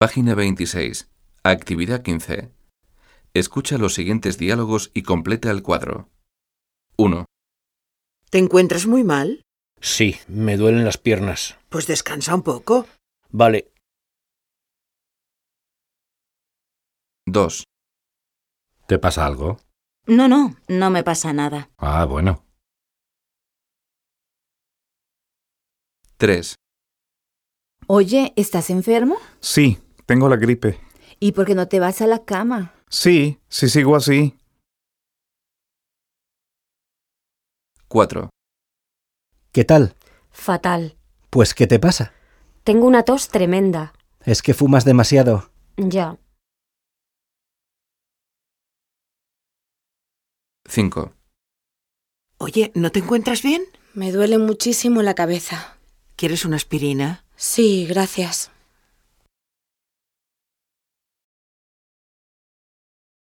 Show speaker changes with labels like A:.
A: Página 26. Actividad 15. Escucha los siguientes diálogos y completa el cuadro. 1,
B: ¿Te encuentras muy mal?
C: Sí, me duelen las piernas.
B: Pues descansa un poco.
C: Vale,
A: 2,
D: ¿Te pasa algo?
E: No, no, no me pasa nada.
D: Ah, bueno.
A: 3,
F: Oye, ¿estás enfermo?
G: Sí, tengo la gripe.
F: ¿Y por qué no te vas a la cama?
G: Sí, si sigo así.
A: 4,
H: ¿Qué tal?
I: Fatal.
H: Pues ¿qué te pasa?
I: Tengo una tos tremenda.
H: Es que fumas demasiado.
I: Ya.
A: 5,
B: Oye, ¿no te encuentras bien?
J: Me duele muchísimo la cabeza.
B: ¿Quieres una aspirina?
J: Sí, gracias.